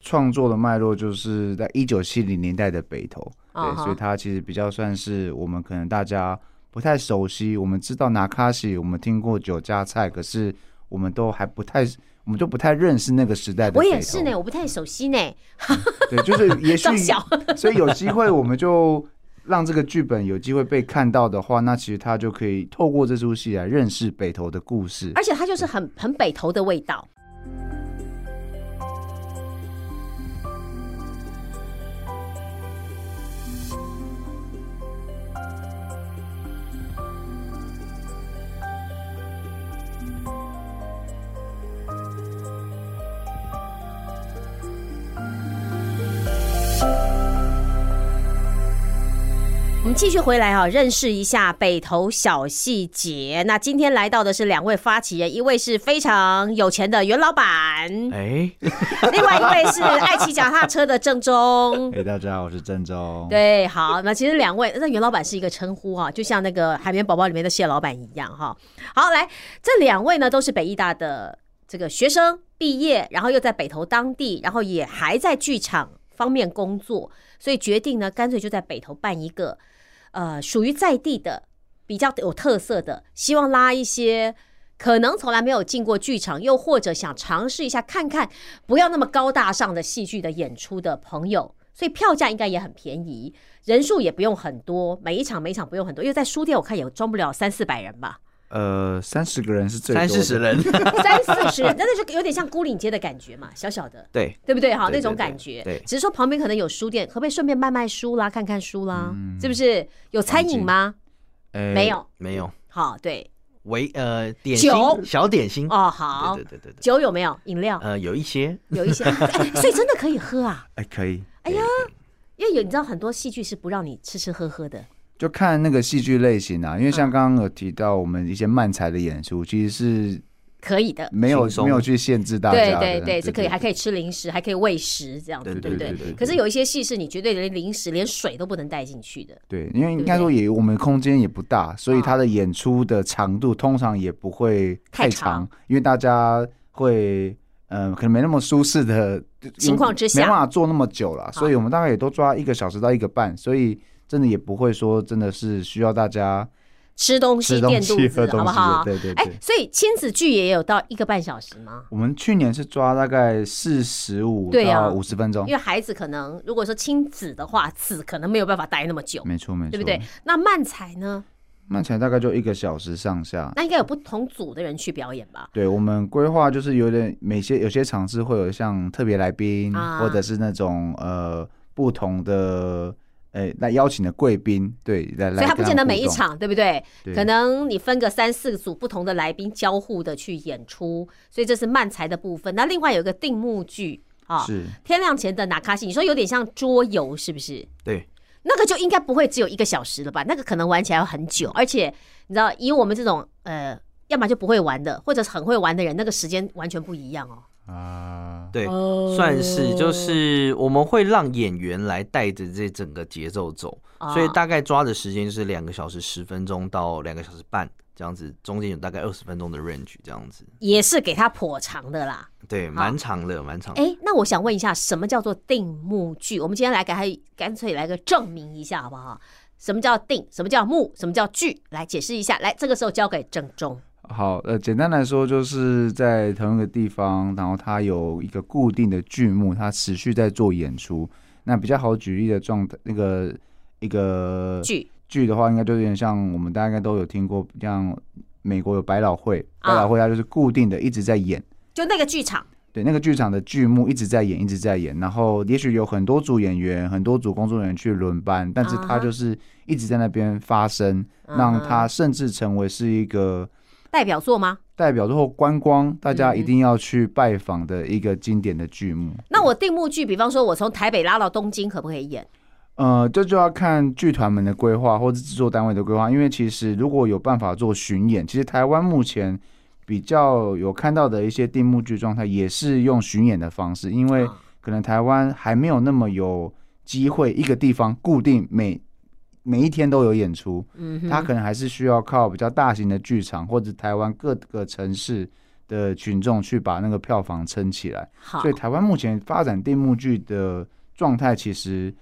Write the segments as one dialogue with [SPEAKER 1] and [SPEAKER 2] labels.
[SPEAKER 1] 创作的脉络就是在一九七零年代的北投，
[SPEAKER 2] 嗯
[SPEAKER 1] 对，
[SPEAKER 2] 哼
[SPEAKER 1] 所以它其实比较算是我们可能大家不太熟悉，我们知道拿卡西，我们听过酒家菜，可是我们都还不太，我们都不太认识那个时代的。
[SPEAKER 2] 我也是呢，，我不太熟悉呢。
[SPEAKER 1] 对，就是也许
[SPEAKER 2] 装小
[SPEAKER 1] 所以有机会我们就让这个剧本有机会被看到的话，那其实他就可以透过这出戏来认识北投的故事。
[SPEAKER 2] 而且它就是很很北投的味道。我们继续回来哈、认识一下北投小细节。那今天来到的是两位发起人，一位是非常有钱的袁老板，
[SPEAKER 3] 哎，
[SPEAKER 2] 另外一位是爱骑脚踏车的郑中。
[SPEAKER 1] 嘿，哎大家好，我是郑州。
[SPEAKER 2] 对，好，那其实两位，那袁老板是一个称呼哈、就像那个《海绵宝宝》里面的蟹老板一样哈、好，来，这两位呢都是北艺大的这个学生毕业，然后又在北投当地，然后也还在剧场方面工作，所以决定呢，干脆就在北投办一个，呃，属于在地的比较有特色的，希望拉一些。可能从来没有进过剧场，又或者想尝试一下看看，不要那么高大上的戏剧的演出的朋友，所以票价应该也很便宜，人数也不用很多，每一场每一场不用很多，因为在书店我看也装不了三四百人 吧。
[SPEAKER 1] 呃，三十个人是最多
[SPEAKER 3] 三
[SPEAKER 1] 的
[SPEAKER 3] 四 十人，
[SPEAKER 2] 三四十人，那那就有点像孤岭街的感觉嘛，小小的，
[SPEAKER 3] 对，
[SPEAKER 2] 对不对？哈，
[SPEAKER 3] 对
[SPEAKER 2] 那种
[SPEAKER 3] 对对
[SPEAKER 2] 感觉。
[SPEAKER 3] 对
[SPEAKER 2] 只是说旁边可能有书店，可不可以顺便卖卖书啦，看看书啦，
[SPEAKER 3] 嗯
[SPEAKER 2] 是不是？有餐饮吗？
[SPEAKER 1] 哎
[SPEAKER 2] 没有。
[SPEAKER 3] 没有
[SPEAKER 2] 好，对，
[SPEAKER 3] 为呃点心
[SPEAKER 2] 酒
[SPEAKER 3] 小点心，
[SPEAKER 2] 哦，好
[SPEAKER 3] 对，对对对对，
[SPEAKER 2] 酒有没有？饮料
[SPEAKER 1] 啊
[SPEAKER 3] 呃有一些
[SPEAKER 2] 有 一些，哎所以真的可以喝啊。
[SPEAKER 1] 哎，可以，
[SPEAKER 2] 哎呀，因为有你知道很多戏剧是不让你吃吃喝喝的，
[SPEAKER 1] 就看那个戏剧类型啊，因
[SPEAKER 2] 嗯
[SPEAKER 1] 为像刚刚有提到我们一些漫才的演出，其实是
[SPEAKER 2] 可以的。
[SPEAKER 1] 没有
[SPEAKER 3] 轻松
[SPEAKER 1] 没有去限制大
[SPEAKER 2] 对
[SPEAKER 1] 家的，
[SPEAKER 2] 对对，是可以，还可以吃零食，还可以喂食，这样子，
[SPEAKER 3] 对
[SPEAKER 2] 对不
[SPEAKER 1] 对
[SPEAKER 2] 对？
[SPEAKER 1] 对对
[SPEAKER 2] 可是有一些戏是你绝对连零食、连水都不能带进去的。
[SPEAKER 1] 对，因为应该说也我们空间也不大，所
[SPEAKER 2] 嗯
[SPEAKER 1] 以它的演出的长度通常也不会太
[SPEAKER 2] 太长
[SPEAKER 1] 长，因为大家会嗯、呃可能没那么舒适的
[SPEAKER 2] 情况之下嗯
[SPEAKER 1] 没办法做那么久了，所以我们大概也都抓一个小时到一个半，所以真的也不会说真的是需要大家
[SPEAKER 2] 吃东西
[SPEAKER 1] 吃东
[SPEAKER 2] 垫肚
[SPEAKER 1] 西 喝
[SPEAKER 2] 子，
[SPEAKER 1] 东
[SPEAKER 2] 好不
[SPEAKER 1] 西
[SPEAKER 2] 好
[SPEAKER 1] 的，？对对
[SPEAKER 2] 哎、
[SPEAKER 1] 对。
[SPEAKER 2] 所以亲子剧也有到一个半小时吗？
[SPEAKER 1] 我们去年是抓大概四十五
[SPEAKER 2] 对啊
[SPEAKER 1] 到五十分钟
[SPEAKER 2] 因，为孩子可能如果说亲子的话，子可能没有办法待那么久，
[SPEAKER 1] 没错没错，
[SPEAKER 2] 对不对？？那漫才呢？
[SPEAKER 1] 慢起来大概就一个小时上下。
[SPEAKER 2] 那应该有不同组的人去表演吧？
[SPEAKER 1] 对我们规划就是有点每些有些场次会有像特别来宾，
[SPEAKER 2] 啊
[SPEAKER 1] 或者是那种呃不同的呃来邀请的贵宾，对来来跟们互动。
[SPEAKER 2] 所以他不见得每一场，对不对？
[SPEAKER 1] 对
[SPEAKER 2] 可能你分个三四组不同的来宾交互的去演出，所以这是漫才的部分。那另外有一个定目剧啊，
[SPEAKER 1] 是
[SPEAKER 2] 天亮前的拿卡西，你说有点像桌游，是不是？
[SPEAKER 3] 对
[SPEAKER 2] 那个就应该不会只有一个小时了吧？那个可能玩起来要很久，而且你知道，以我们这种呃，要么就不会玩的，或者是很会玩的人，那个时间完全不一样哦。
[SPEAKER 1] 啊，
[SPEAKER 3] 对，
[SPEAKER 2] 哦
[SPEAKER 3] 算是就是我们会让演员来带着这整个节奏走，
[SPEAKER 2] 啊
[SPEAKER 3] 所以大概抓的时间就是两个小时十分钟到两个小时半这样子，中间有大概二十分钟的 range 这样子，
[SPEAKER 2] 也是给他颇长的啦。
[SPEAKER 3] 对，蛮长的，蛮长的。
[SPEAKER 2] 哎，那我想问一下，什么叫做定目剧？我们今天来给他干脆来个证明一下，好不好？什么叫定？什么叫目？什么叫剧？来解释一下。来，这个时候交给郑中。
[SPEAKER 1] 好，呃，简单来说就是在同一个地方，然后它有一个固定的剧目，它持续在做演出。那比较好举例的状态，那个一个
[SPEAKER 2] 剧
[SPEAKER 1] 剧的话，应该就有点像我们大家应该都有听过，像美国有百老汇，
[SPEAKER 2] 啊
[SPEAKER 1] 百老汇它就是固定的一直在演，
[SPEAKER 2] 就那个剧场
[SPEAKER 1] 对，那个剧场的剧目一直在演，一直在演，然后也许有很多组演员、很多组工作人员去轮班，但是
[SPEAKER 2] 啊哈嗯
[SPEAKER 1] 它就是一直在那边发声，让它甚至成为是一个
[SPEAKER 2] 代表作吗？
[SPEAKER 1] 代表之后观光大
[SPEAKER 2] 嗯
[SPEAKER 1] 家
[SPEAKER 2] 哼
[SPEAKER 1] 一定要去拜访的一个经典的剧目。
[SPEAKER 2] 那我定目剧，比方说我从台北拉到东京，可不可以演？
[SPEAKER 1] 呃，这就要看剧团们的规划或者制作单位的规划，因为其实如果有办法做巡演，其实台湾目前比较有看到的一些定目剧状态也是用巡演的方式，因为
[SPEAKER 2] 啊
[SPEAKER 1] 可能台湾还没有那么有机会一个地方固定每每一天都有演出，
[SPEAKER 2] 嗯哼
[SPEAKER 1] 它可能还是需要靠比较大型的剧场或者台湾各个城市的群众去把那个票房撑起来。
[SPEAKER 2] 好
[SPEAKER 1] 所以台湾目前发展电幕剧的状态，其实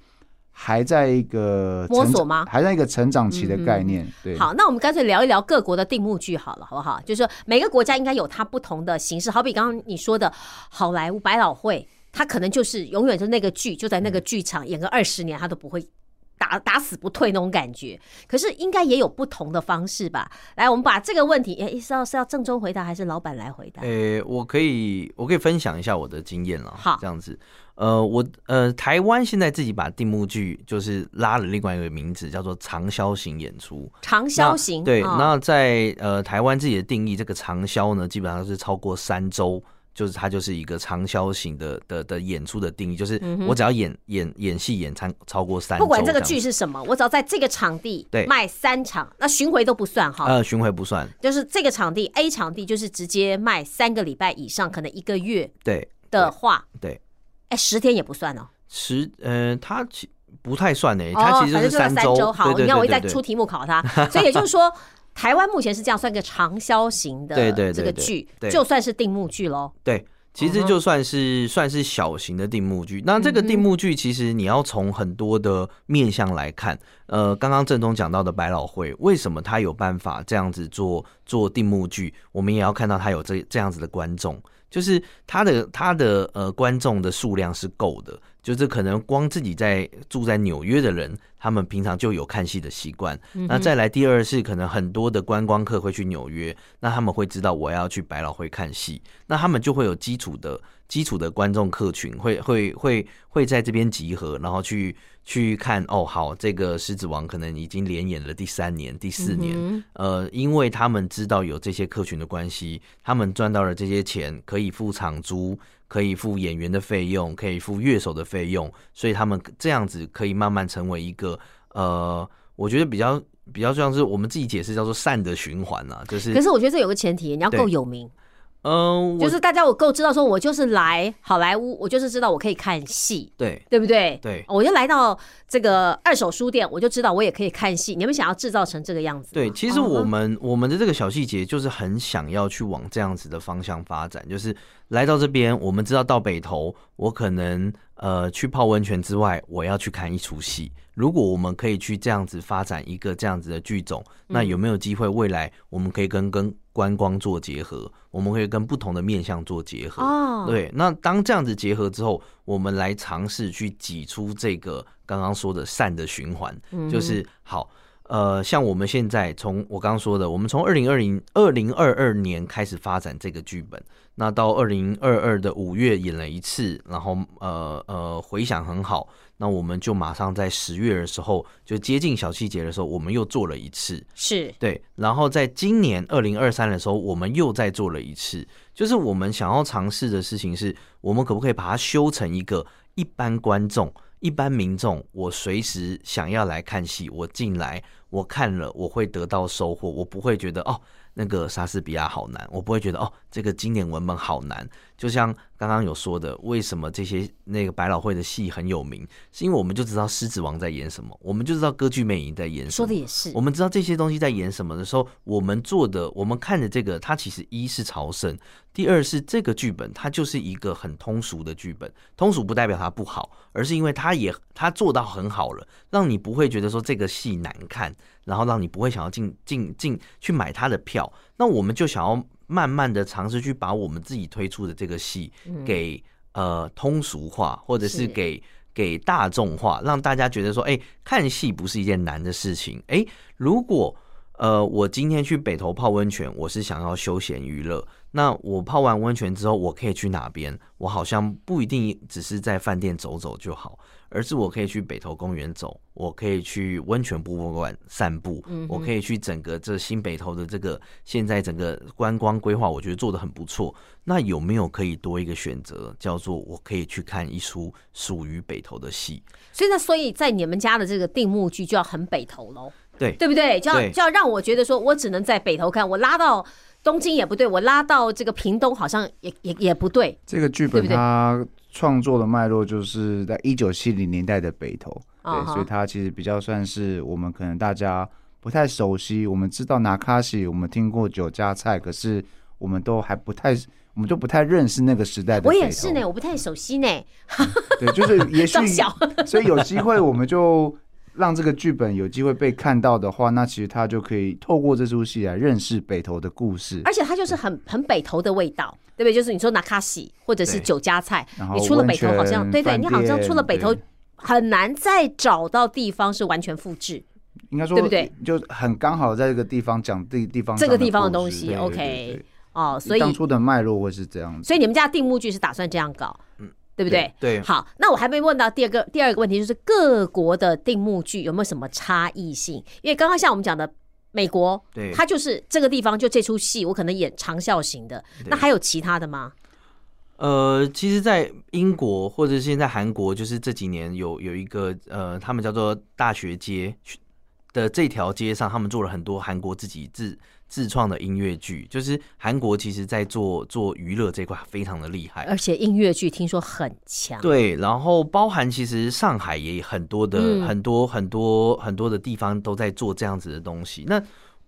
[SPEAKER 1] 还在一个
[SPEAKER 2] 摸
[SPEAKER 1] 成
[SPEAKER 2] 索
[SPEAKER 1] 长
[SPEAKER 2] 吗嗯
[SPEAKER 1] 还在一个成长期的概念。对，
[SPEAKER 2] 好，那我们干脆聊一聊各国的定目剧好了，好不好？就是说每个国家应该有它不同的形式，好比刚刚你说的好莱坞百老汇，它可能就是永远就那个剧就在那个剧场演个二十年，它都不会。打打死不退那种感觉，可是应该也有不同的方式吧？来，我们把这个问题，诶，是要是要郑中回答还是老板来回答？
[SPEAKER 3] 诶、我可以，我可以分享一下我的经验了。
[SPEAKER 2] 好
[SPEAKER 3] 这样子，呃，我呃，台湾现在自己把定目剧就是拉了另外一个名字，叫做长销型演出。
[SPEAKER 2] 长
[SPEAKER 3] 那
[SPEAKER 2] 销型
[SPEAKER 3] 对，
[SPEAKER 2] 啊
[SPEAKER 3] 那在呃台湾自己的定义，这个长销呢，基本上是超过三周，就是它就是一个长销型的的的演出的定义，就是我只要演、演演戏演超超过三
[SPEAKER 2] 嗯
[SPEAKER 3] 周，
[SPEAKER 2] 不管这个剧
[SPEAKER 3] 样子
[SPEAKER 2] 是什么，我只要在这个场地
[SPEAKER 3] 对
[SPEAKER 2] 卖三场，那巡回都不算哈。
[SPEAKER 3] 呃巡回不算，
[SPEAKER 2] 就是这个场地 A 场地，就是直接卖三个礼拜以上，可能一个月
[SPEAKER 3] 对
[SPEAKER 2] 的话，
[SPEAKER 3] 对，
[SPEAKER 2] 哎，十天也不算哦。
[SPEAKER 3] 十呃它其不太算呢、
[SPEAKER 2] 哦，
[SPEAKER 3] 它其实
[SPEAKER 2] 反正
[SPEAKER 3] 是
[SPEAKER 2] 就三
[SPEAKER 3] 周，
[SPEAKER 2] 好，
[SPEAKER 3] 对对
[SPEAKER 2] 你看我一直在
[SPEAKER 3] 对对
[SPEAKER 2] 出题目考 他，所以也就是说，台湾目前是这样算个长销型的
[SPEAKER 3] 对对对
[SPEAKER 2] 这个
[SPEAKER 3] 对
[SPEAKER 2] 剧，
[SPEAKER 3] 对
[SPEAKER 2] 就算是定目剧喽。
[SPEAKER 3] 对，其实就算是、算是小型的定目剧。那这个定目剧，其实你要从很多的面向来看。呃，刚刚郑东讲到的百老汇，为什么他有办法这样子做做定目剧？我们也要看到他有这这样子的观众。就是他的他的呃观众的数量是够的，就是可能光自己在住在纽约的人，他们平常就有看戏的习惯。那再来第二是可能很多的观光客会去纽约，那他们会知道我要去百老汇看戏，那他们就会有基础的基础的观众客群会会会会在这边集合，然后去去看哦，好，这个狮子王可能已经连演了第三年、第四
[SPEAKER 2] 嗯
[SPEAKER 3] 年，呃，因为他们知道有这些客群的关系，他们赚到了这些钱，可以付场租，可以付演员的费用，可以付乐手的费用，所以他们这样子可以慢慢成为一个呃，我觉得比较比较像是我们自己解释叫做善的循环啊，就是
[SPEAKER 2] 可是我觉得这有个前提，你要够
[SPEAKER 3] 对
[SPEAKER 2] 有名，
[SPEAKER 3] 嗯、
[SPEAKER 2] 就
[SPEAKER 3] 我
[SPEAKER 2] 是大家我够知道，说我就是来好莱坞，我就是知道我可以看戏。
[SPEAKER 3] 对
[SPEAKER 2] 对不对？哦
[SPEAKER 3] 对
[SPEAKER 2] 我就来到这个二手书店，我就知道我也可以看戏。你们想要制造成这个样子吗？嗯
[SPEAKER 3] 对，其实我们、我们的这个小细节就是很想要去往这样子的方向发展，就是来到这边，我们知道到北投，我可能呃去泡温泉之外，我要去看一出戏。如果我们可以去这样子发展一个这样子的剧种，那有没有机会未来我们可以跟跟观光做结合？我们可以跟不同的面向做结合。
[SPEAKER 2] 哦，
[SPEAKER 3] 对，那当这样子结合之后，我们来尝试去挤出这个刚刚说的善的循环，
[SPEAKER 2] 嗯
[SPEAKER 3] 就是好。呃，像我们现在从我刚刚说的，我们从二零二零二零二二年开始发展这个剧本，那到二零二二的五月演了一次，然后呃呃回响很好，那我们就马上在十月的时候，就接近小细节的时候，我们又做了一次，
[SPEAKER 2] 是
[SPEAKER 3] 对，然后在今年二零二三的时候，我们又再做了一次，就是我们想要尝试的事情是，我们可不可以把它修成一个一般观众、一般民众，我随时想要来看戏，我进来，我看了，我会得到收获，我不会觉得哦，那个莎士比亚好难，我不会觉得哦，这个经典文本好难。就像刚刚有说的，为什么这些那个百老汇的戏很有名，是因为我们就知道《狮子王》在演什么，我们就知道《歌剧魅影》在演什
[SPEAKER 2] 说
[SPEAKER 3] 么
[SPEAKER 2] 的。也是
[SPEAKER 3] 我。们知道这些东西在演什么的时候，我们做的，我们看的这个，它其实一是朝圣，第二是这个剧本它就是一个很通俗的剧本。通俗不代表它不好，而是因为它也它做到很好了，让你不会觉得说这个戏难看，然后让你不会想要进进进去买它的票。那我们就想要慢慢的尝试去把我们自己推出的这个戏给、呃通俗化，或者
[SPEAKER 2] 嗯是
[SPEAKER 3] 是给。给大众化，让大家觉得说，哎、看戏不是一件难的事情。哎、如果呃，我今天去北投泡温泉，我是想要休闲娱乐。那我泡完温泉之后，我可以去哪边？我好像不一定只是在饭店走走就好，而是我可以去北投公园走，我可以去温泉博物馆散步，我可以去整个这新北投的这个现在整个观光规划，我觉得做的很不错。那有没有可以多一个选择，叫做我可以去看一出属于北投的戏？
[SPEAKER 2] 所以那所以在你们家的这个定目剧就要很北投喽，
[SPEAKER 3] 对，
[SPEAKER 2] 对不对？就要
[SPEAKER 3] 对
[SPEAKER 2] 就要让我觉得说我只能在北投看，我拉到东京也不对，我拉到这个屏东好像也也也不对。
[SPEAKER 1] 这个剧
[SPEAKER 2] 对
[SPEAKER 1] 本
[SPEAKER 2] 不对
[SPEAKER 1] 它创作的脉络就是在一九七零年代的北投，
[SPEAKER 2] 啊
[SPEAKER 1] 对，
[SPEAKER 2] 哈
[SPEAKER 1] 所以它其实比较算是我们可能大家不太熟悉，我们知道拿卡西，我们听过酒家菜，可是。我们都还不太，我们都不太认识那个时代的。
[SPEAKER 2] 我也是呢，，我不太熟悉呢。
[SPEAKER 1] 对， 就是也许
[SPEAKER 2] 装小，
[SPEAKER 1] 所以有机会我们就让这个剧本有机会被看到的话，那其实他就可以透过这出戏来认识北投的故事，
[SPEAKER 2] 而且它就是很很北投的味道，对不对？就是你说拿卡西或者是
[SPEAKER 3] 对
[SPEAKER 2] 酒家菜
[SPEAKER 1] 然，后
[SPEAKER 2] 你出了北投好像
[SPEAKER 1] 温泉
[SPEAKER 2] 对对，
[SPEAKER 1] 饭
[SPEAKER 2] 你好像
[SPEAKER 1] 店
[SPEAKER 2] 出了北投
[SPEAKER 1] 对
[SPEAKER 2] 很难再找到地方是完全复制
[SPEAKER 1] 应该说
[SPEAKER 2] 对不对？
[SPEAKER 1] 就很刚好在这个地方讲地地方
[SPEAKER 2] 这个
[SPEAKER 1] 上
[SPEAKER 2] 地方的
[SPEAKER 1] 故
[SPEAKER 2] 东
[SPEAKER 1] 事
[SPEAKER 2] 西
[SPEAKER 1] 对对
[SPEAKER 2] OK
[SPEAKER 1] 对对
[SPEAKER 2] 哦，所以
[SPEAKER 1] 当初的脉络会是这样子。
[SPEAKER 2] 所以你们家的定目剧是打算这样搞，嗯，对不对？
[SPEAKER 3] 对对
[SPEAKER 2] 好，那我还没问到第二个第二个问题，就是各国的定目剧有没有什么差异性？因为刚刚像我们讲的。美国，
[SPEAKER 3] 对
[SPEAKER 2] 它就是这个地方就这出戏，我可能演长效型的。那还有其他的吗？
[SPEAKER 3] 呃，其实，在英国或者现在韩国，就是这几年有有一个呃，他们叫做大学街的这条街上，他们做了很多韩国自己自自创的音乐剧。就是韩国其实在做做娱乐这块非常的厉害，
[SPEAKER 2] 而且音乐剧听说很强，
[SPEAKER 3] 哎对，然后包含其实上海也很多的、
[SPEAKER 2] 嗯
[SPEAKER 3] 很多很多很多的地方都在做这样子的东西。那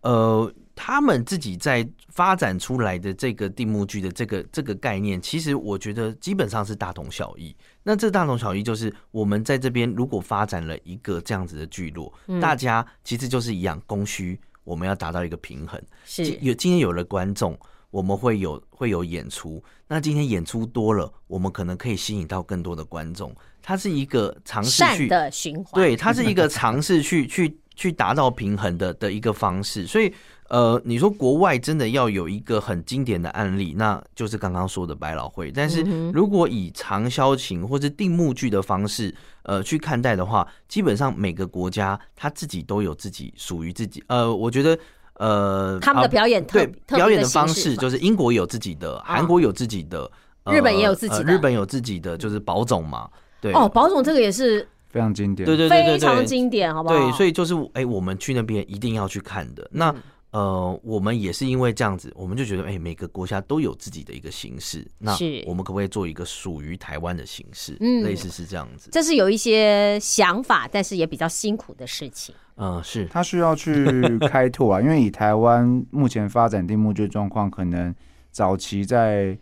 [SPEAKER 3] 呃，他们自己在发展出来的这个定目剧的这个这个概念，其实我觉得基本上是大同小异。那这大同小异就是我们在这边如果发展了一个这样子的聚落，大家其实就是一样供需，我们要达到一个平衡。今
[SPEAKER 2] 是
[SPEAKER 3] 有今天有了观众，我们会有会有演出。那今天演出多了，我们可能可以吸引到更多的观众。它是一个尝试
[SPEAKER 2] 善
[SPEAKER 3] 去
[SPEAKER 2] 的循环。
[SPEAKER 3] 对，它是一个尝试去去去达到平衡的的一个方式。所以，呃，你说国外真的要有一个很经典的案例，那就是刚刚说的百老汇。但是
[SPEAKER 2] 嗯
[SPEAKER 3] 如果以长销情或是定目剧的方式，呃，去看待的话，基本上每个国家它自己都有自己属于自己。呃，我觉得。呃，
[SPEAKER 2] 他们的
[SPEAKER 3] 啊
[SPEAKER 2] 表演特
[SPEAKER 3] 对
[SPEAKER 2] 特别
[SPEAKER 3] 表演的
[SPEAKER 2] 形
[SPEAKER 3] 方
[SPEAKER 2] 式
[SPEAKER 3] 式，
[SPEAKER 2] 嘛哦
[SPEAKER 3] 就是英国有自己的，韩国有自己的，呃
[SPEAKER 2] 日本也有自己
[SPEAKER 3] 呃
[SPEAKER 2] 的
[SPEAKER 3] 日本有自己的，就是宝总嘛，对，
[SPEAKER 2] 哦，保总这个也是
[SPEAKER 1] 非常经典。
[SPEAKER 3] 对对对对
[SPEAKER 2] 非
[SPEAKER 3] 对，
[SPEAKER 2] 常经典，好不好？
[SPEAKER 3] 对，所以就是哎、我们去那边一定要去看的。那、
[SPEAKER 2] 嗯
[SPEAKER 3] 呃，我们也是因为这样子，我们就觉得哎、每个国家都有自己的一个形式，那
[SPEAKER 2] 是
[SPEAKER 3] 我们可不可以做一个属于台湾的形式？
[SPEAKER 2] 嗯
[SPEAKER 3] 类似是这样子。
[SPEAKER 2] 这是有一些想法，但是也比较辛苦的事情。
[SPEAKER 3] 嗯、是
[SPEAKER 1] 他需要 去开拓啊，因为以台湾目前发展定目剧状况，可能早期在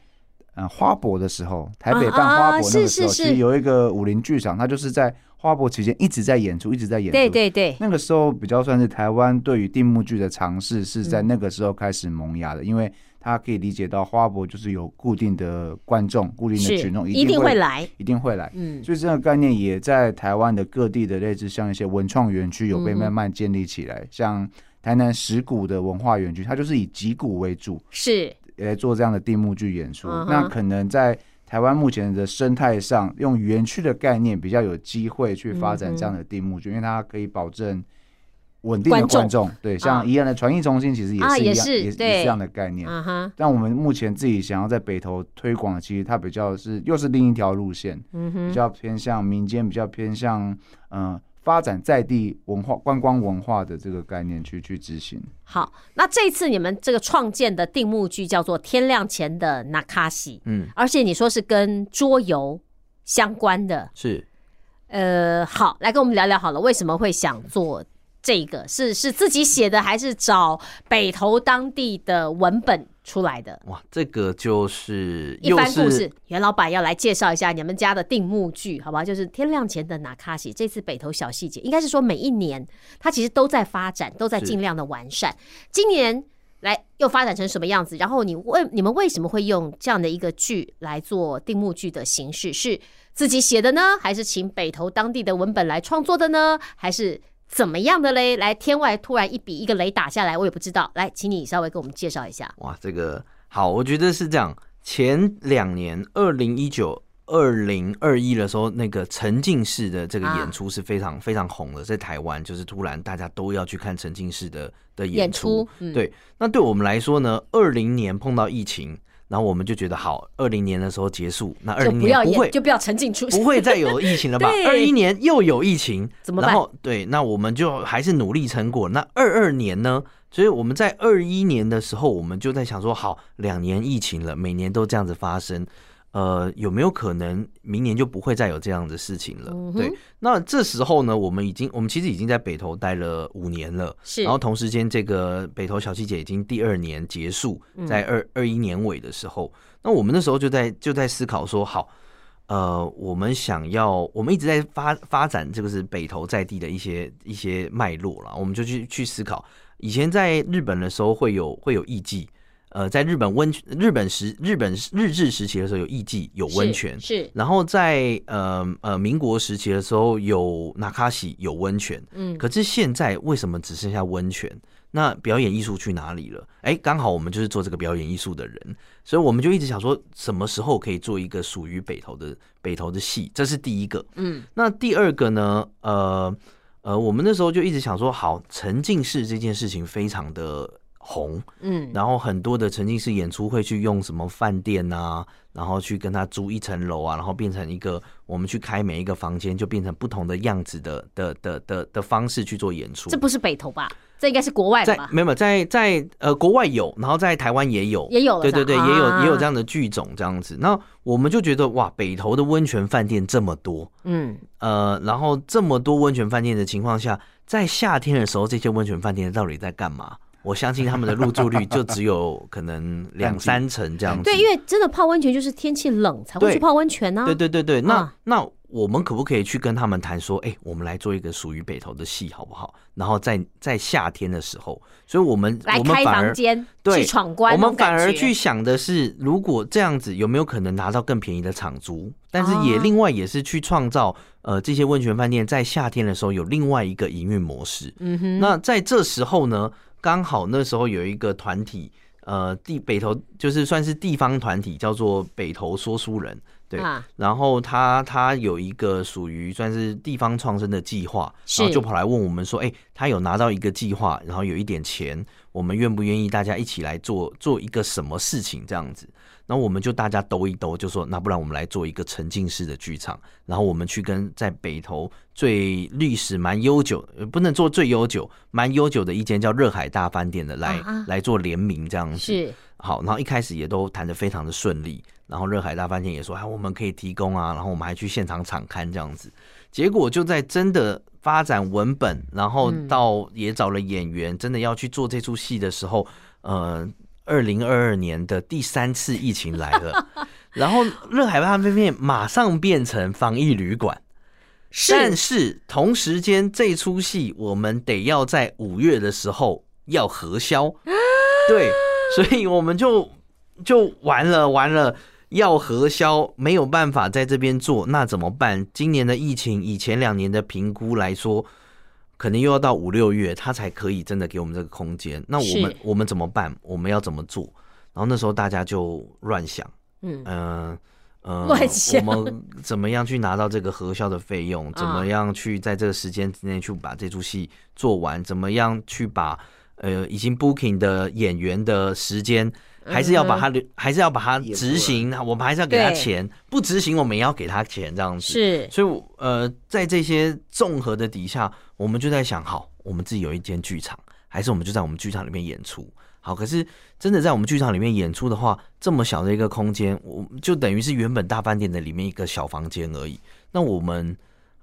[SPEAKER 1] 嗯、呃花博的时候，台北办
[SPEAKER 2] 啊
[SPEAKER 1] 花博那个时候，
[SPEAKER 2] 是是
[SPEAKER 1] 其
[SPEAKER 2] 是
[SPEAKER 1] 实有一个武林剧场，它就是在花博期间一直在演出，一直在演出。
[SPEAKER 2] 对对对，
[SPEAKER 1] 那个时候比较算是台湾对于定目剧的尝试是
[SPEAKER 2] 嗯
[SPEAKER 1] 在那个时候开始萌芽的，因为他可以理解到花博就是有固定的观众、固定的
[SPEAKER 2] 是
[SPEAKER 1] 群众，
[SPEAKER 2] 一定
[SPEAKER 1] 定
[SPEAKER 2] 会，来。
[SPEAKER 1] 一定会来。
[SPEAKER 2] 嗯，
[SPEAKER 1] 所以这个概念也在台湾的各地的类似像一些文创园区有被慢慢建立起来，像台南石鼓的文化园区，它就是以集鼓为主
[SPEAKER 2] 是
[SPEAKER 1] 来做这样的定目剧演出。
[SPEAKER 2] 嗯哼
[SPEAKER 1] 那可能在台湾目前的生态上，用园区的概念比较有机会去发展
[SPEAKER 2] 嗯
[SPEAKER 1] 这样的定目剧，因为它可以保证。稳定的
[SPEAKER 2] 观众
[SPEAKER 1] 观众，对，
[SPEAKER 2] 啊
[SPEAKER 1] 像宜兰的传艺中心其实也
[SPEAKER 2] 啊
[SPEAKER 1] 是一
[SPEAKER 2] 也
[SPEAKER 1] 样，
[SPEAKER 2] 是
[SPEAKER 1] 也是
[SPEAKER 2] 对
[SPEAKER 1] 这样的概念。
[SPEAKER 2] 啊哈，
[SPEAKER 1] 但我们目前自己想要在北投推广的，其实它比较是又是另一条路线，
[SPEAKER 2] 嗯
[SPEAKER 1] 比
[SPEAKER 2] 哼，
[SPEAKER 1] 较偏向民间，比较偏向嗯、呃发展在地文化、观光文化的这个概念去去执行。
[SPEAKER 2] 好。那这次你们这个创建的定目剧叫做《天亮前的纳卡西》，
[SPEAKER 3] 嗯
[SPEAKER 2] 而且你说是跟桌游相关的。
[SPEAKER 3] 是，
[SPEAKER 2] 呃，好，来跟我们聊聊好了，为什么会想做这个？是是自己写的，还是找北投当地的文本出来的？
[SPEAKER 3] 哇，这个就是
[SPEAKER 2] 一
[SPEAKER 3] 又
[SPEAKER 2] 番故
[SPEAKER 3] 是
[SPEAKER 2] 事，袁老板要来介绍一下你们家的定目剧，好不好？就是天亮前的拿卡西，这次北投小细节，应该是说每一年它其实都在发展，都在
[SPEAKER 3] 是
[SPEAKER 2] 尽量的完善。今年来又发展成什么样子？然后你为你们为什么会用这样的一个剧来做定目剧的形式？是自己写的呢，还是请北投当地的文本来创作的呢？还是怎么样的嘞？来，天外突然一笔一个雷打下来，我也不知道。来，请你稍微给我们介绍一下。
[SPEAKER 3] 哇，这个好，我觉得是这样。前两年，二零一九、二零二一的时候，那个沉浸式的这个
[SPEAKER 2] 啊
[SPEAKER 3] 演出是非常、非常红的，在台湾就是突然大家都要去看沉浸式的的
[SPEAKER 2] 演
[SPEAKER 3] 演
[SPEAKER 2] 出，嗯，
[SPEAKER 3] 对，那对我们来说呢，二零年碰到疫情，然后我们就觉得好，二零年的时候结束，那二
[SPEAKER 2] 就
[SPEAKER 3] 零
[SPEAKER 2] 不要
[SPEAKER 3] 年不
[SPEAKER 2] 演，
[SPEAKER 3] 会
[SPEAKER 2] 就不要沉浸 出？
[SPEAKER 3] 不会再有疫情了吧
[SPEAKER 2] 对
[SPEAKER 3] 二一年又有疫情，
[SPEAKER 2] 怎么办
[SPEAKER 3] 然后对，那我们就还是努力成果。那二二年呢？所以我们在二一年的时候，我们就在想说，好，两年疫情了，每年都这样子发生。呃，有没有可能明年就不会再有这样的事情了？
[SPEAKER 2] 嗯哼
[SPEAKER 3] 对，那这时候呢，我们已经，我们其实已经在北投待了五年了，
[SPEAKER 2] 是
[SPEAKER 3] 然后同时间，这个北投小七姐已经第二年结束，
[SPEAKER 2] 嗯
[SPEAKER 3] 在二二一年尾的时候，那我们那时候就在就在思考说，好，呃，我们想要，我们一直在发发展这个是北投在地的一些一些脉络啦，我们就去去思考，以前在日本的时候会有会有艺妓。呃，在日本温泉日本时日本日治时期的时候有艺妓有温泉，
[SPEAKER 2] 是，
[SPEAKER 3] 然后在呃呃民国时期的时候有纳卡西有温泉，
[SPEAKER 2] 嗯，
[SPEAKER 3] 可是现在为什么只剩下温泉？那表演艺术去哪里了？哎，刚好我们就是做这个表演艺术的人，所以我们就一直想说，什么时候可以做一个属于北投的北投的戏？这是第一个。
[SPEAKER 2] 嗯，
[SPEAKER 3] 那第二个呢？呃呃，我们那时候就一直想说，好，沉浸式这件事情非常的红，
[SPEAKER 2] 嗯，
[SPEAKER 3] 然后很多的沉浸式演出会去用什么饭店啊，然后去跟他租一层楼啊，然后变成一个我们去开每一个房间就变成不同的样子的的的的的方式去做演出
[SPEAKER 2] 这。不是北投吧？这应该是国外的
[SPEAKER 3] 在
[SPEAKER 2] 吧？
[SPEAKER 3] 没有没有在在呃国外有，然后在台湾也有，
[SPEAKER 2] 也有了
[SPEAKER 3] 对对
[SPEAKER 2] 是吧
[SPEAKER 3] 对，也有也有
[SPEAKER 2] 啊
[SPEAKER 3] 这样的剧种这样子。那我们就觉得哇，北投的温泉饭店这么多，
[SPEAKER 2] 嗯，
[SPEAKER 3] 呃，然后这么多温泉饭店的情况下，在夏天的时候，这些温泉饭店到底在干嘛？我相信他们的入住率就只有可能两三成这样子。
[SPEAKER 2] 对，因为真的泡温泉就是天气冷才会
[SPEAKER 3] 对
[SPEAKER 2] 去泡温泉呢。
[SPEAKER 3] 对对对对那、
[SPEAKER 2] 啊
[SPEAKER 3] 那我们可不可以去跟他们谈说，哎、我们来做一个属于北投的戏好不好？然后在在夏天的时候，所以我们
[SPEAKER 2] 来
[SPEAKER 3] 我们
[SPEAKER 2] 开
[SPEAKER 3] 反而
[SPEAKER 2] 房间
[SPEAKER 3] 对
[SPEAKER 2] 去闯关，
[SPEAKER 3] 我
[SPEAKER 2] 那
[SPEAKER 3] 们
[SPEAKER 2] 种感
[SPEAKER 3] 反而
[SPEAKER 2] 觉
[SPEAKER 3] 去想的是，如果这样子有没有可能拿到更便宜的场租？但是也
[SPEAKER 2] 啊
[SPEAKER 3] 另外也是去创造呃这些温泉饭店在夏天的时候有另外一个营运模式。
[SPEAKER 2] 嗯哼，
[SPEAKER 3] 那在这时候呢，刚好那时候有一个团体，呃，地北投就是算是地方团体，叫做北投说书人。对，
[SPEAKER 2] 啊
[SPEAKER 3] 然后他他有一个属于算是地方创生的计划，
[SPEAKER 2] 是
[SPEAKER 3] 然后就跑来问我们说，哎、他有拿到一个计划，然后有一点钱，我们愿不愿意大家一起来做做一个什么事情这样子？然后我们就大家兜一兜，就说那不然我们来做一个沉浸式的剧场，然后我们去跟在北投最历史蛮悠久，呃不能做最悠久，蛮悠久的一间叫热海大饭店的来、
[SPEAKER 2] 啊
[SPEAKER 3] 来做联名这样子。
[SPEAKER 2] 是
[SPEAKER 3] 好，然后一开始也都谈得非常的顺利，然后热海大饭店也说，哎，我们可以提供啊，然后我们还去现场场刊这样子，结果就在真的发展文本，然后到也找了演员，真的要去做这出戏的时候，呃，二零二二年的第三次疫情来了， 然后热海大饭店马上变成防疫旅馆。
[SPEAKER 2] 是
[SPEAKER 3] 但是同时间，这出戏我们得要在五月的时候要核销，
[SPEAKER 2] 啊
[SPEAKER 3] 对，所以我们就就完了，完了。要核销没有办法在这边做，那怎么办？今年的疫情以前两年的评估来说，可能又要到五六月，它才可以真的给我们这个空间。那我们
[SPEAKER 2] 是
[SPEAKER 3] 我们怎么办？我们要怎么做？然后那时候大家就乱想，
[SPEAKER 2] 嗯
[SPEAKER 3] 嗯呃，
[SPEAKER 2] 乱想
[SPEAKER 3] 我们怎么样去拿到这个核销的费用？怎么样去在这个时间之内去把这出戏做完？怎么样去把呃已经 booking 的演员的时间，还是要把它留，还是要把它
[SPEAKER 1] 演出
[SPEAKER 3] 执
[SPEAKER 1] 来
[SPEAKER 3] 行？我们还是要给他
[SPEAKER 2] 对
[SPEAKER 3] 钱，不执行我们也要给他钱，这样子。
[SPEAKER 2] 是
[SPEAKER 3] 所以我，呃，在这些综合的底下，我们就在想，好，我们自己有一间剧场，还是我们就在我们剧场里面演出？好，可是真的在我们剧场里面演出的话，这么小的一个空间，我就等于是原本大饭店的里面一个小房间而已。那我们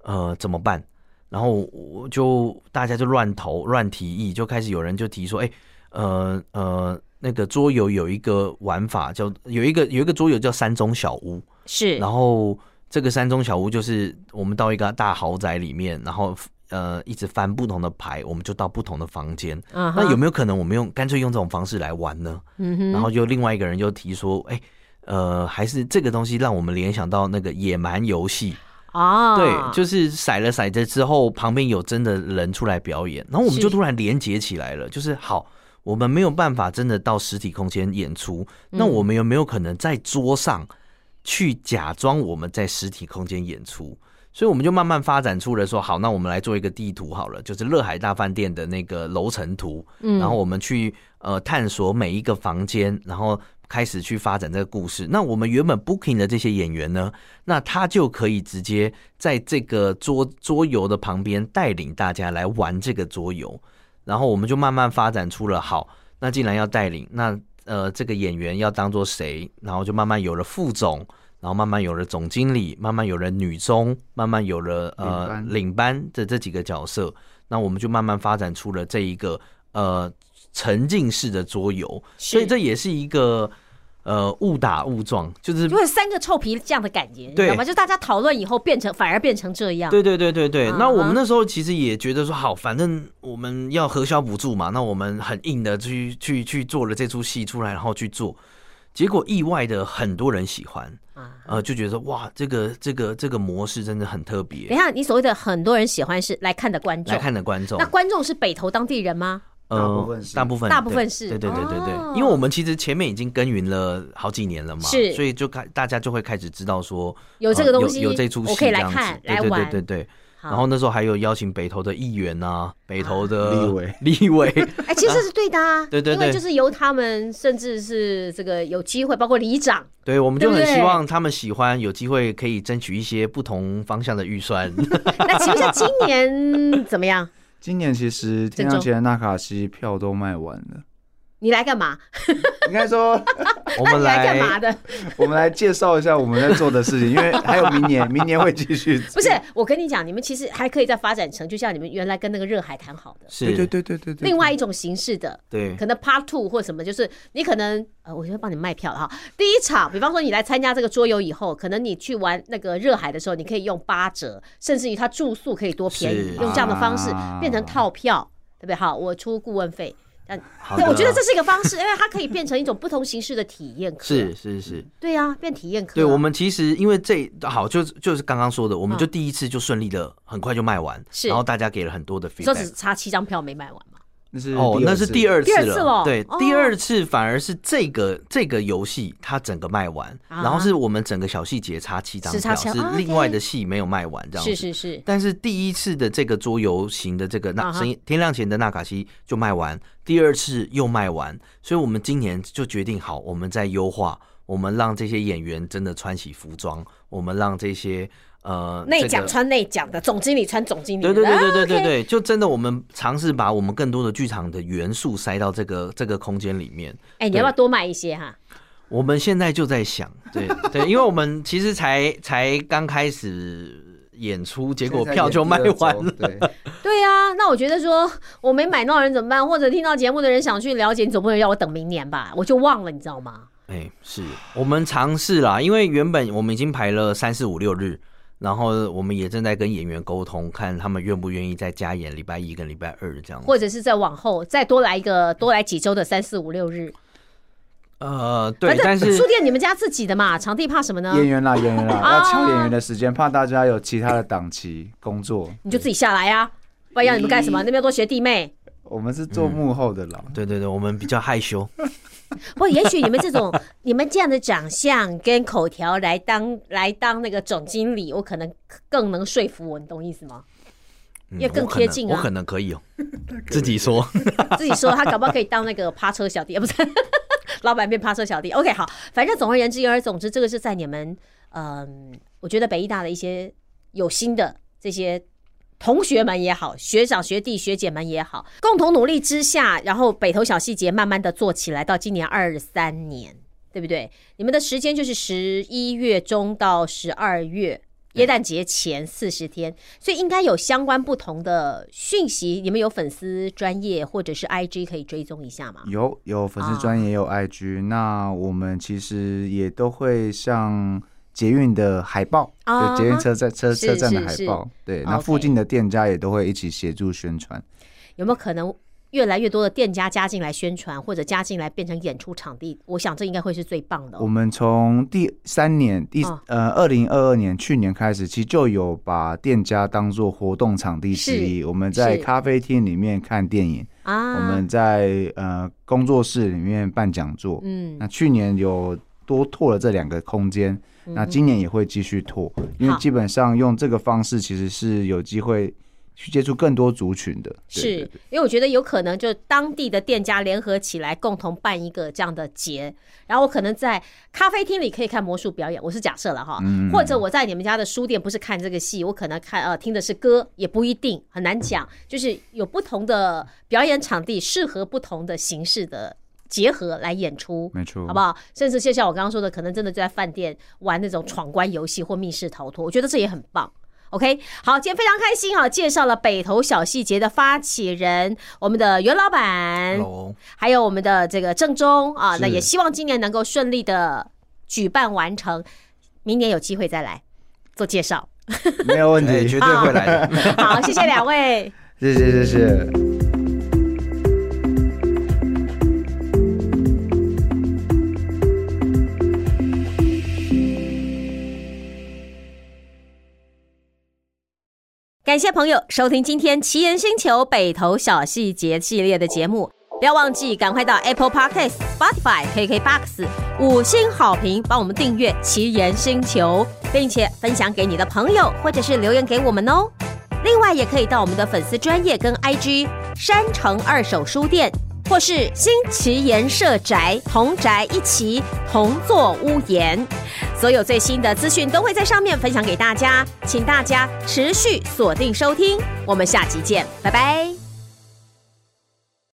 [SPEAKER 3] 呃怎么办？然后我就大家就乱投乱提议，就开始有人就提说，哎、呃呃，那个桌游有一个玩法叫有一个有一个桌游叫山中小屋，
[SPEAKER 2] 是，
[SPEAKER 3] 然后这个山中小屋就是我们到一个大豪宅里面，然后呃一直翻不同的牌，我们就到不同的房间。
[SPEAKER 2] 啊哈
[SPEAKER 3] 那有没有可能我们用干脆用这种方式来玩呢？
[SPEAKER 2] 嗯哼，
[SPEAKER 3] 然后就另外一个人就提说，哎、呃，还是这个东西让我们联想到那个野蛮游戏，
[SPEAKER 2] 啊，
[SPEAKER 3] 对，就是骰了骰子之后，旁边有真的人出来表演，然后我们
[SPEAKER 2] 是
[SPEAKER 3] 就突然连结起来了，就是好，我们没有办法真的到实体空间演出，那
[SPEAKER 2] 嗯
[SPEAKER 3] 我们有没有可能在桌上去假装我们在实体空间演出？所以我们就慢慢发展出了说，好，那我们来做一个地图好了，就是乐海大饭店的那个楼层图，
[SPEAKER 2] 嗯
[SPEAKER 3] 然后我们去呃探索每一个房间，然后开始去发展这个故事。那我们原本 booking 的这些演员呢，那他就可以直接在这个桌桌游的旁边带领大家来玩这个桌游，然后我们就慢慢发展出了好，那既然要带领，那呃这个演员要当做谁，然后就慢慢有了副总。然后慢慢有了总经理，慢慢有了女中，慢慢有了
[SPEAKER 1] 领
[SPEAKER 3] 呃
[SPEAKER 1] 班
[SPEAKER 3] 领班的这几个角色，那我们就慢慢发展出了这一个呃沉浸式的桌游，所以
[SPEAKER 2] 是
[SPEAKER 3] 这也是一个呃误打误撞，就是
[SPEAKER 2] 就会三个臭皮匠的感觉，你知
[SPEAKER 3] 对
[SPEAKER 2] 道吗？就大家讨论以后变成反而变成这样，
[SPEAKER 3] 对对对对对，
[SPEAKER 2] 嗯
[SPEAKER 3] 那我们
[SPEAKER 2] 嗯
[SPEAKER 3] 那时候其实也觉得说，好，反正我们要核销补助嘛，那我们很硬的去去去做了这出戏出来，然后去做，结果意外的很多人喜欢，
[SPEAKER 2] 啊。
[SPEAKER 3] 呃，就觉得说，哇，这个这个这个模式真的很特
[SPEAKER 2] 等
[SPEAKER 3] 别，
[SPEAKER 2] 一下，你所谓的很多人喜欢是来看的观众
[SPEAKER 3] 来，看的观众呃
[SPEAKER 2] 那，观众是北投当地人吗？
[SPEAKER 1] 大部分是
[SPEAKER 3] 大部分
[SPEAKER 2] 大部分
[SPEAKER 3] 对
[SPEAKER 2] 是
[SPEAKER 3] 对对对对对，
[SPEAKER 2] 哦
[SPEAKER 3] 因为我们其实前面已经耕耘了好几年了嘛，
[SPEAKER 2] 是
[SPEAKER 3] 所以就开大家就会开始知道说
[SPEAKER 2] 有这
[SPEAKER 3] 呃
[SPEAKER 2] 个东西，
[SPEAKER 3] 有有这出戏
[SPEAKER 2] 我可以
[SPEAKER 3] 这
[SPEAKER 2] 来
[SPEAKER 3] 样子
[SPEAKER 2] 看
[SPEAKER 3] 对
[SPEAKER 2] 来
[SPEAKER 3] 对
[SPEAKER 2] 玩。
[SPEAKER 3] 对对对。
[SPEAKER 2] 好
[SPEAKER 3] 然后那时候还有邀请北投的议员啊，北投的
[SPEAKER 1] 立委、
[SPEAKER 3] 立 委，
[SPEAKER 2] 哎，其实这是对的啊，
[SPEAKER 3] 对对
[SPEAKER 2] 因为
[SPEAKER 3] 对
[SPEAKER 2] 就是由他们，甚至是这个有机会，包括里长，
[SPEAKER 3] 对，我们就
[SPEAKER 2] 对不
[SPEAKER 3] 很
[SPEAKER 2] 对
[SPEAKER 3] 希望他们喜欢，有机会可以争取一些不同方向的预 算。
[SPEAKER 2] 那请问一下，今 年怎么样？
[SPEAKER 1] 今年其实天
[SPEAKER 2] 郑
[SPEAKER 1] 上
[SPEAKER 2] 州
[SPEAKER 1] 街的纳卡西票都卖完了，
[SPEAKER 2] 你来干嘛？
[SPEAKER 1] 应该说
[SPEAKER 3] 我
[SPEAKER 2] 那
[SPEAKER 3] 们
[SPEAKER 2] 你来干嘛
[SPEAKER 3] 来，
[SPEAKER 2] 的？
[SPEAKER 1] 我们来介绍一下我们在做的事情，因为还有明 年，明年会继续。
[SPEAKER 2] 不是，我跟你讲，你们其实还可以再发展成，就像你们原来跟那个热海谈好的，
[SPEAKER 3] 是，
[SPEAKER 1] 对对对对对对。
[SPEAKER 2] 另外一种形式的，
[SPEAKER 3] 对
[SPEAKER 2] 可能 Part Two 或什么，就是你可能呃，我就会帮你卖票了哈。第一场，比方说你来参加这个桌游以后，可能你去玩那个热海的时候，你可以用八折，甚至于它住宿可以多便宜，
[SPEAKER 3] 是
[SPEAKER 2] 用这样的方式
[SPEAKER 1] 啊
[SPEAKER 2] 变成套票，对不对？好，我出顾问费。但
[SPEAKER 3] 好
[SPEAKER 2] 对，
[SPEAKER 3] 的
[SPEAKER 2] 我觉得这是一个方式，因为它可以变成一种不同形式的体验课。
[SPEAKER 3] 是，是是，
[SPEAKER 2] 对呀、变体验课。啊
[SPEAKER 3] 对我们其实因为这好，就是就是刚刚说的，我们就第一次就顺利的，很快就卖完，
[SPEAKER 2] 嗯是
[SPEAKER 3] 然后大家给了很多的
[SPEAKER 2] 你说只
[SPEAKER 3] feedback。
[SPEAKER 2] 差七张票没卖完嘛？
[SPEAKER 1] 那是
[SPEAKER 3] 哦，那是第
[SPEAKER 1] 二
[SPEAKER 3] 二次
[SPEAKER 2] 第二次了
[SPEAKER 3] 了，对
[SPEAKER 2] 哦，
[SPEAKER 3] 第二次反而是这个这个游戏它整个卖完，
[SPEAKER 2] 啊
[SPEAKER 3] 然后是我们整个小细节差七张
[SPEAKER 2] 是差
[SPEAKER 3] 票，
[SPEAKER 2] 七
[SPEAKER 3] 是
[SPEAKER 2] 张啊
[SPEAKER 3] 另外
[SPEAKER 2] 对
[SPEAKER 3] 的戏没有卖完这样
[SPEAKER 2] 是。
[SPEAKER 3] 子
[SPEAKER 2] 是是，
[SPEAKER 3] 但是第一次的这个桌游型的这个
[SPEAKER 2] 啊
[SPEAKER 3] 那
[SPEAKER 2] 哈
[SPEAKER 3] 声音天亮前的纳卡西就卖完，第二次又卖完，所以我们今年就决定好，我们再优化，我们让这些演员真的穿起服装，我们让这些呃
[SPEAKER 2] 内讲
[SPEAKER 3] 这个
[SPEAKER 2] 穿内讲的，总经理穿总经理的。
[SPEAKER 3] 对对对对
[SPEAKER 2] 啊
[SPEAKER 3] 对对
[SPEAKER 2] OK
[SPEAKER 3] 对，就真的我们尝试把我们更多的剧场的元素塞到这个这个空间里面。
[SPEAKER 2] 哎、你要不要多卖一些哈？
[SPEAKER 3] 我们现在就在想， 对对，因为我们其实才才刚开始演出，结果票就卖完了。
[SPEAKER 1] 对，
[SPEAKER 2] 对啊，那我觉得说我没买到的人怎么办？或者听到节目的人想去了解，你总不能要我等明年吧？我就忘了，你知道吗？
[SPEAKER 3] 哎、是我们尝试啦，因为原本我们已经排了三四五六日，然后我们也正在跟演员沟通，看他们愿不愿意再加演礼拜一跟礼拜二这样子。
[SPEAKER 2] 或者是再往后再多来一个，多来几周的三四五六日。
[SPEAKER 3] 呃，对，但
[SPEAKER 2] 反正
[SPEAKER 3] 是
[SPEAKER 2] 书店你们家自己的嘛，场地怕什么呢？
[SPEAKER 1] 演员啦，演员啦，
[SPEAKER 2] 啊
[SPEAKER 1] 要敲演员的时间，怕大家有其他的档期工作。
[SPEAKER 2] 你就自己下来啊，不然要你们干什么？那边有多学弟妹。
[SPEAKER 1] 我们是做幕后的啦，
[SPEAKER 3] 对对对，我们比较害羞。
[SPEAKER 2] 不过也许你们这 种你们这样的长相跟口条来当来当那个总经理，我可能更能说服我，你懂意思吗？
[SPEAKER 3] 嗯
[SPEAKER 2] 因为更贴近啊
[SPEAKER 3] 我可能我可能可以 哦、自己说。
[SPEAKER 2] 自己说，他搞不好可以当那个趴车小弟，啊不是 老板变趴车小弟。OK，好，反正总而言之，言而总之，这个是在你们嗯，我觉得北医大的一些有心的这些。同学们也好，学长、学弟、学姐们也好，共同努力之下，然后北投小细节慢慢的做起来，到今年二三年，对不对？你们的时间就是十一月中到十二月，耶诞节前四十天，所以应该有相关不同的讯息。你们有粉丝专业或者是 IG 可以追踪一下吗？
[SPEAKER 1] 有有粉丝
[SPEAKER 2] 啊
[SPEAKER 1] 专也有 IG，那我们其实也都会像捷运的海报，
[SPEAKER 2] 啊
[SPEAKER 1] 对，捷运车站车
[SPEAKER 2] 是
[SPEAKER 1] 车站的
[SPEAKER 2] 是
[SPEAKER 1] 海
[SPEAKER 2] 是
[SPEAKER 1] 报，对，那
[SPEAKER 2] OK
[SPEAKER 1] 附近的店家也都会一起协助宣传。
[SPEAKER 2] 有没有可能越来越多的店家加进来宣传，或者加进来变成演出场地？我想这应该会是最棒的哦、
[SPEAKER 1] 我们从第三年第
[SPEAKER 2] 哦
[SPEAKER 1] 呃二零二二年去年开始，其实就有把店家当做活动场地之
[SPEAKER 2] 是
[SPEAKER 1] 一。我们在
[SPEAKER 2] 是
[SPEAKER 1] 咖啡厅里面看电影，
[SPEAKER 2] 啊！
[SPEAKER 1] 我们在呃工作室里面办讲座。
[SPEAKER 2] 嗯
[SPEAKER 1] 那去年有多拓了这两个空间，那今年也会继续拓，因为
[SPEAKER 2] 好
[SPEAKER 1] 基本上用这个方式其实是有机会去接触更多族群的。对
[SPEAKER 2] 是，因为我觉得有可能就当地的店家联合起来，共同办一个这样的节，然后我可能在咖啡厅里可以看魔术表演，我是假设了哈，
[SPEAKER 1] 嗯
[SPEAKER 2] 或者我在你们家的书店不是看这个戏，我可能看呃听的是歌，也不一定很难讲，就是有不同的表演场地适合不同的形式的结合来演出，
[SPEAKER 1] 没错，
[SPEAKER 2] 好不好？甚至就像我刚刚说的，可能真的就在饭店玩那种闯关游戏或密室逃脱，我觉得这也很棒。OK，好，今天非常开心啊，介绍了北投小细节的发起人，我们的袁老板，
[SPEAKER 3] 喽，
[SPEAKER 2] 还有我们的这个郑中啊，
[SPEAKER 3] 是
[SPEAKER 2] 那也希望今年能够顺利的举办完成，明年有机会再来做介绍。
[SPEAKER 1] 没有问
[SPEAKER 3] 哎，
[SPEAKER 1] 题
[SPEAKER 3] 绝，对会来的。
[SPEAKER 2] 好，谢谢两位。
[SPEAKER 1] 谢谢谢谢。
[SPEAKER 2] 感谢朋友收听今天《奇岩星球北投小细节》系列的节目，不要忘记赶快到 Apple Podcast、Spotify、KKBox 五星好评，帮我们订阅《奇岩星球》，并且分享给你的朋友，或者是留言给我们哦。另外，也可以到我们的粉丝专业跟 IG 山城二手书店，或是新奇岩社宅同宅一起同坐屋檐。所有最新的资讯都会在上面分享给大家，请大家持续锁定收听，我们下集见，拜拜。